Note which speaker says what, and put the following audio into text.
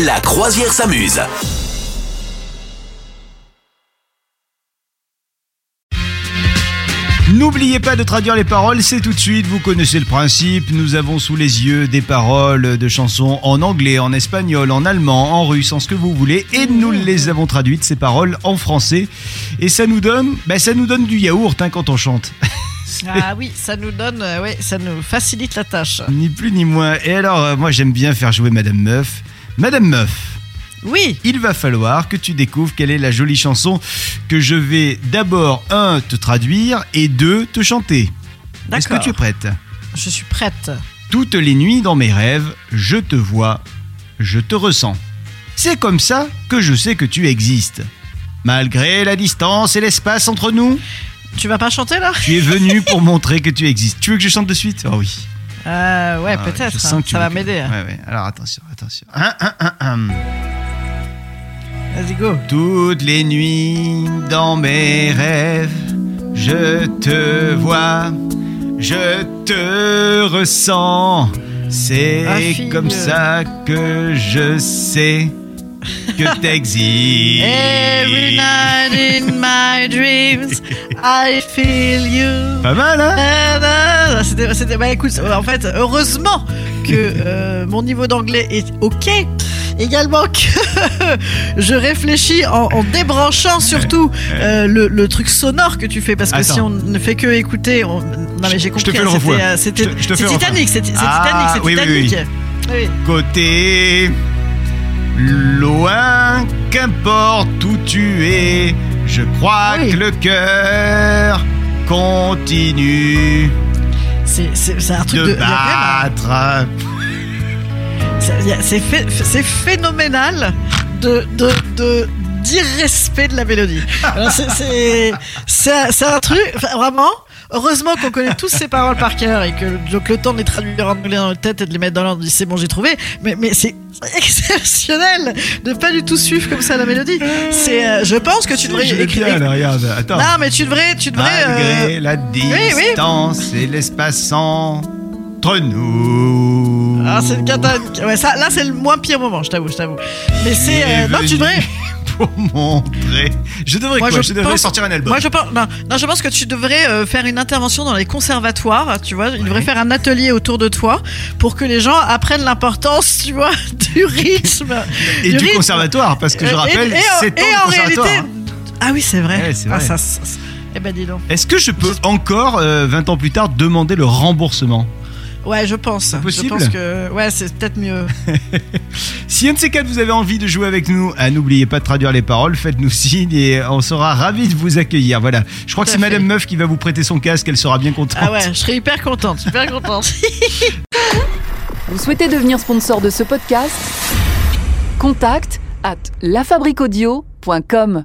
Speaker 1: La croisière s'amuse.
Speaker 2: N'oubliez pas de traduire les paroles, c'est tout de suite, vous connaissez le principe, nous avons sous les yeux des paroles de chansons en anglais, en espagnol, en allemand, en russe, en ce que vous voulez, et nous les avons traduites, ces paroles, en français, et ça nous donne, bah, ça nous donne du yaourt hein, quand on chante.
Speaker 3: Ah oui, ça nous donne, euh, ouais, ça nous facilite la tâche.
Speaker 2: ni plus ni moins. Et alors, euh, moi j'aime bien faire jouer Madame Meuf. Madame Meuf,
Speaker 3: Oui,
Speaker 2: il va falloir que tu découvres quelle est la jolie chanson que je vais d'abord, un, te traduire, et deux, te chanter. Est-ce que
Speaker 3: D'accord.
Speaker 2: tu es prête
Speaker 3: je suis prête.
Speaker 2: Toutes les nuits dans mes rêves, je te vois, je te ressens. C'est comme ça que je sais que tu existes. Malgré la distance et l'espace entre nous,
Speaker 3: Tu vas pas chanter là
Speaker 2: tu es venu pour montrer que tu existes. Tu veux que je chante de suite Oh oui.
Speaker 3: Ah Ouais,
Speaker 2: Ah, je
Speaker 3: peut-être.
Speaker 2: sens
Speaker 3: hein,
Speaker 2: que tu
Speaker 3: ça
Speaker 2: veux
Speaker 3: va
Speaker 2: que-
Speaker 3: m'aider. hein.
Speaker 2: Ouais, ouais. Alors attention, attention. Hein, hein, hein, hein.
Speaker 3: Vas-y, go.
Speaker 2: Toutes les nuits dans mes rêves, je te vois, je te ressens. C'est
Speaker 3: Ah, fille.
Speaker 2: comme ça que je sais que t'existes.
Speaker 3: Every night in my dreams, I feel you.
Speaker 2: Pas mal, hein
Speaker 3: Na, na, na. C'était- c'était- bah écoute, en fait, heureusement que euh, mon niveau d'anglais est ok. Également que je réfléchis en, en débranchant surtout euh, le, le truc sonore que tu fais parce que
Speaker 2: Attends.
Speaker 3: si on ne fait que écouter, on... non mais
Speaker 2: Je
Speaker 3: j'ai
Speaker 2: te
Speaker 3: compris.
Speaker 2: fais le
Speaker 3: hein, c'était,
Speaker 2: refrain.
Speaker 3: euh, C'était
Speaker 2: Je te- je te fais
Speaker 3: c'est
Speaker 2: le refrain.
Speaker 3: Titanic, c'est c'est
Speaker 2: Ah,
Speaker 3: Titanic, c'est
Speaker 2: oui, oui, oui.
Speaker 3: Titanic. Oui.
Speaker 2: Côté loin, qu'importe où tu es, je crois
Speaker 3: Oui.
Speaker 2: que le cœur continue.
Speaker 3: C'est c'est- c'est un truc de.
Speaker 2: de
Speaker 3: il y a hein? quand même
Speaker 2: battre.
Speaker 3: un- c'est- il y a- C'est phé- c'est phénoménal de de de- d'irrespect de la mélodie. Alors, c'est- C'est c'est un- c'est un truc enfin, vraiment. Heureusement qu'on connaît tous ces paroles par cœur et que donc le temps de les traduire en anglais dans notre tête et de les mettre dans l'ordre, on dit, c'est bon j'ai trouvé. Mais mais c'est exceptionnel de pas du tout suivre comme ça la mélodie. C'est euh, je pense que tu devrais
Speaker 2: Je veux
Speaker 3: écrire.
Speaker 2: bien, là, regarde, attends.
Speaker 3: Non mais tu devrais tu devrais. euh,
Speaker 2: Malgré la
Speaker 3: oui.
Speaker 2: distance et l'espace entre nous.
Speaker 3: Ah, c'est une cata. Ouais, ça, là, c'est le moins pire moment, je t'avoue, je t'avoue. Mais
Speaker 2: Il
Speaker 3: c'est.
Speaker 2: est
Speaker 3: euh, non, tu
Speaker 2: venu
Speaker 3: devrais.
Speaker 2: Pour montrer. Je devrais
Speaker 3: Moi,
Speaker 2: quoi
Speaker 3: je
Speaker 2: Je, devrais
Speaker 3: pense-
Speaker 2: sortir un album.
Speaker 3: Moi, je pense. Non, non, je pense que tu devrais euh, faire une intervention dans les conservatoires. Tu vois, ils devraient faire un atelier autour de toi pour que les gens apprennent l'importance, tu vois, du rythme.
Speaker 2: et du
Speaker 3: rythme.
Speaker 2: conservatoire, parce que je
Speaker 3: Euh, Et-
Speaker 2: rappelle,
Speaker 3: et- et en-
Speaker 2: c'est
Speaker 3: et
Speaker 2: ton
Speaker 3: en
Speaker 2: conservatoire.
Speaker 3: réalité.
Speaker 2: hein.
Speaker 3: Ah oui, c'est vrai.
Speaker 2: Ouais, c'est
Speaker 3: Ah,
Speaker 2: vrai.
Speaker 3: ça, ça- ça- Eh ben, dis donc.
Speaker 2: Est-ce que je peux encore, euh, 20 ans plus tard, demander le remboursement
Speaker 3: Ouais, je pense.
Speaker 2: possible
Speaker 3: Je pense que. Ouais, c'est peut-être mieux.
Speaker 2: Si un de ces quatre vous avez envie de jouer avec nous, ah, n'oubliez pas de traduire les paroles, faites-nous signe et on sera ravis de vous accueillir. Voilà. Je crois que
Speaker 3: Tout
Speaker 2: c'est
Speaker 3: à fait.
Speaker 2: Madame Meuf qui va vous prêter son casque, elle sera bien contente.
Speaker 3: Ah ouais, je serais hyper contente, hyper contente.
Speaker 4: Vous souhaitez devenir sponsor de ce podcast Contact à lafabriquaudio.com.